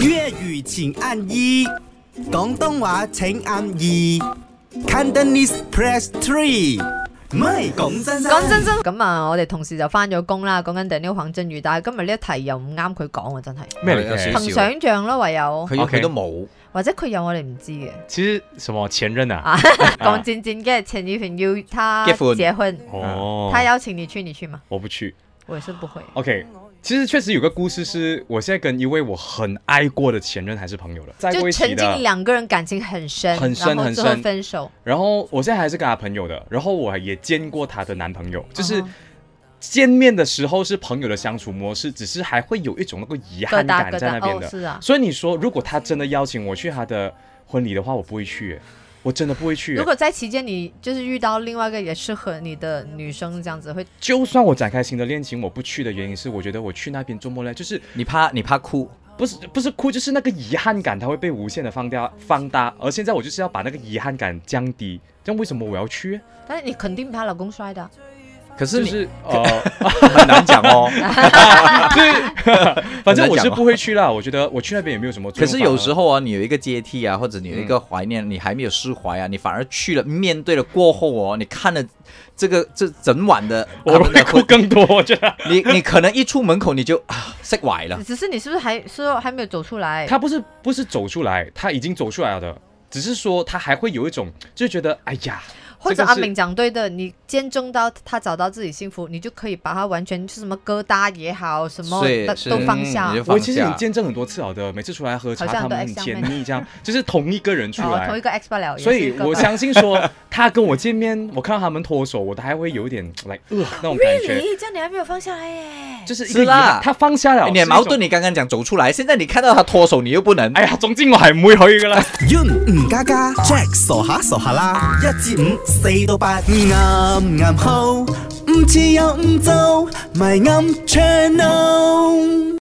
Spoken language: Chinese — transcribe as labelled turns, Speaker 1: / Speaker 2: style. Speaker 1: 粤语请按一，广东话请按二，Cantonese press three。唔係講真
Speaker 2: 講真真咁啊，我哋同事就翻咗工啦，講緊 Daniel 彭振宇，但係今日呢一題又唔啱佢講啊，真係
Speaker 3: 咩嚟
Speaker 4: 有少
Speaker 3: 嘅
Speaker 4: 少
Speaker 2: 憑想像咯，唯有
Speaker 4: 佢要
Speaker 3: OK
Speaker 4: 佢都冇，
Speaker 2: 或者佢有我哋唔知嘅。
Speaker 3: 其实什么前任啊？
Speaker 2: 啊講戰戰嘅陳以平要他
Speaker 4: 結婚
Speaker 2: 結婚，
Speaker 3: 哦，
Speaker 2: 他邀請你去，你去嗎？
Speaker 3: 我不去。
Speaker 2: 我也是不会。
Speaker 3: OK，其实确实有个故事是，我现在跟一位我很爱过的前任还是朋友了，在
Speaker 2: 就
Speaker 3: 过一起
Speaker 2: 曾经
Speaker 3: 的。
Speaker 2: 两个人感情很深，
Speaker 3: 很深
Speaker 2: 然后
Speaker 3: 很
Speaker 2: 之后
Speaker 3: 深
Speaker 2: 分手，
Speaker 3: 然后我现在还是跟她朋友的，然后我也见过她的男朋友，就是
Speaker 2: 嗯哼
Speaker 3: 见面的时候是朋友的相处模式，只是还会有一种那个遗
Speaker 2: 疙
Speaker 3: 憾
Speaker 2: 瘩
Speaker 3: 感
Speaker 2: 疙
Speaker 3: 在那
Speaker 2: 瘩
Speaker 3: 边
Speaker 2: 哦，
Speaker 3: 的。
Speaker 2: 是啊。
Speaker 3: 所以你说，如果他真的邀请我去他的婚礼的话，我不会去，我真的不会去
Speaker 2: 如。果在期间你就是遇到另外一个也适合你的女生，这样子会
Speaker 3: 就算我展开新的恋情，我不去的原因是，我觉得我去那边做么呢？就是
Speaker 4: 你怕你怕哭，
Speaker 3: 不是不是哭，就是那个遗憾感，它会被无限的放大放大。而现在我就是要把那个遗憾感降低。这样为什么我要去？啊
Speaker 2: 但是你肯定比她老公帅的啊，
Speaker 4: 可是
Speaker 3: 就
Speaker 4: 你、
Speaker 3: 是呃，
Speaker 4: 很难讲 哦。
Speaker 3: 反正我
Speaker 4: 很难
Speaker 3: 是
Speaker 4: 讲哦
Speaker 3: 不会去啦。我觉得我去那边也没有什么作
Speaker 4: 可
Speaker 3: 用。
Speaker 4: 是有时
Speaker 3: 候
Speaker 4: 候啊，你有一个阶梯啊，或者你有一个怀念，你还没有释怀啊，你反而去了，面对了过后哦，你看了这个这整晚的
Speaker 3: 我
Speaker 4: 他们
Speaker 3: 会
Speaker 4: 的
Speaker 3: 哭
Speaker 4: 婚，
Speaker 3: 更多，我觉得。
Speaker 4: 你你可能一出门口你就啊释怀了。
Speaker 2: 只是你是不是还是还没有走出来？
Speaker 3: 他不是不是走出来，他已经走出来了的，只是说他还会有一种就觉得哎呀，
Speaker 2: 或者
Speaker 3: 这个
Speaker 2: 阿
Speaker 3: 是
Speaker 2: 明讲对的，你见证到他找到自己幸福，你就可以把他完全是什么疙瘩也好，什么
Speaker 4: 是
Speaker 2: 的
Speaker 4: 是
Speaker 2: 都放下哦
Speaker 4: 嗯你。就
Speaker 3: 我
Speaker 4: 放
Speaker 3: 其实已
Speaker 4: 下
Speaker 3: 经。见证很多次了的，每次出来喝茶，
Speaker 2: 好像
Speaker 3: 他
Speaker 2: 都
Speaker 3: 们很
Speaker 2: X 样
Speaker 3: 甜
Speaker 2: 妹
Speaker 3: 蜜，这样就是同一个人出
Speaker 2: 哦，同
Speaker 3: 来
Speaker 2: 一。个 X 不了，也
Speaker 3: 所
Speaker 2: 是一
Speaker 3: 以
Speaker 2: 个
Speaker 3: 我
Speaker 2: 吧
Speaker 3: 相信说，他跟我见面，我看到他们脱手，我都还会有一点来呃那种感觉，
Speaker 2: 咦，这样你还没有放下来哎耶？
Speaker 3: 就是一
Speaker 4: 是
Speaker 3: 个遗
Speaker 4: 啦
Speaker 3: 憾他放下了
Speaker 4: 哎你的矛盾，。你刚刚讲走出来，现在你看到他脱手，你又不能。
Speaker 3: 哎呀，總之我係唔會去噶啦。
Speaker 1: Yun 吳家家 Jack 傻下傻下啦，一至五四到八，啱啱好，唔似又唔做，咪啱 channel。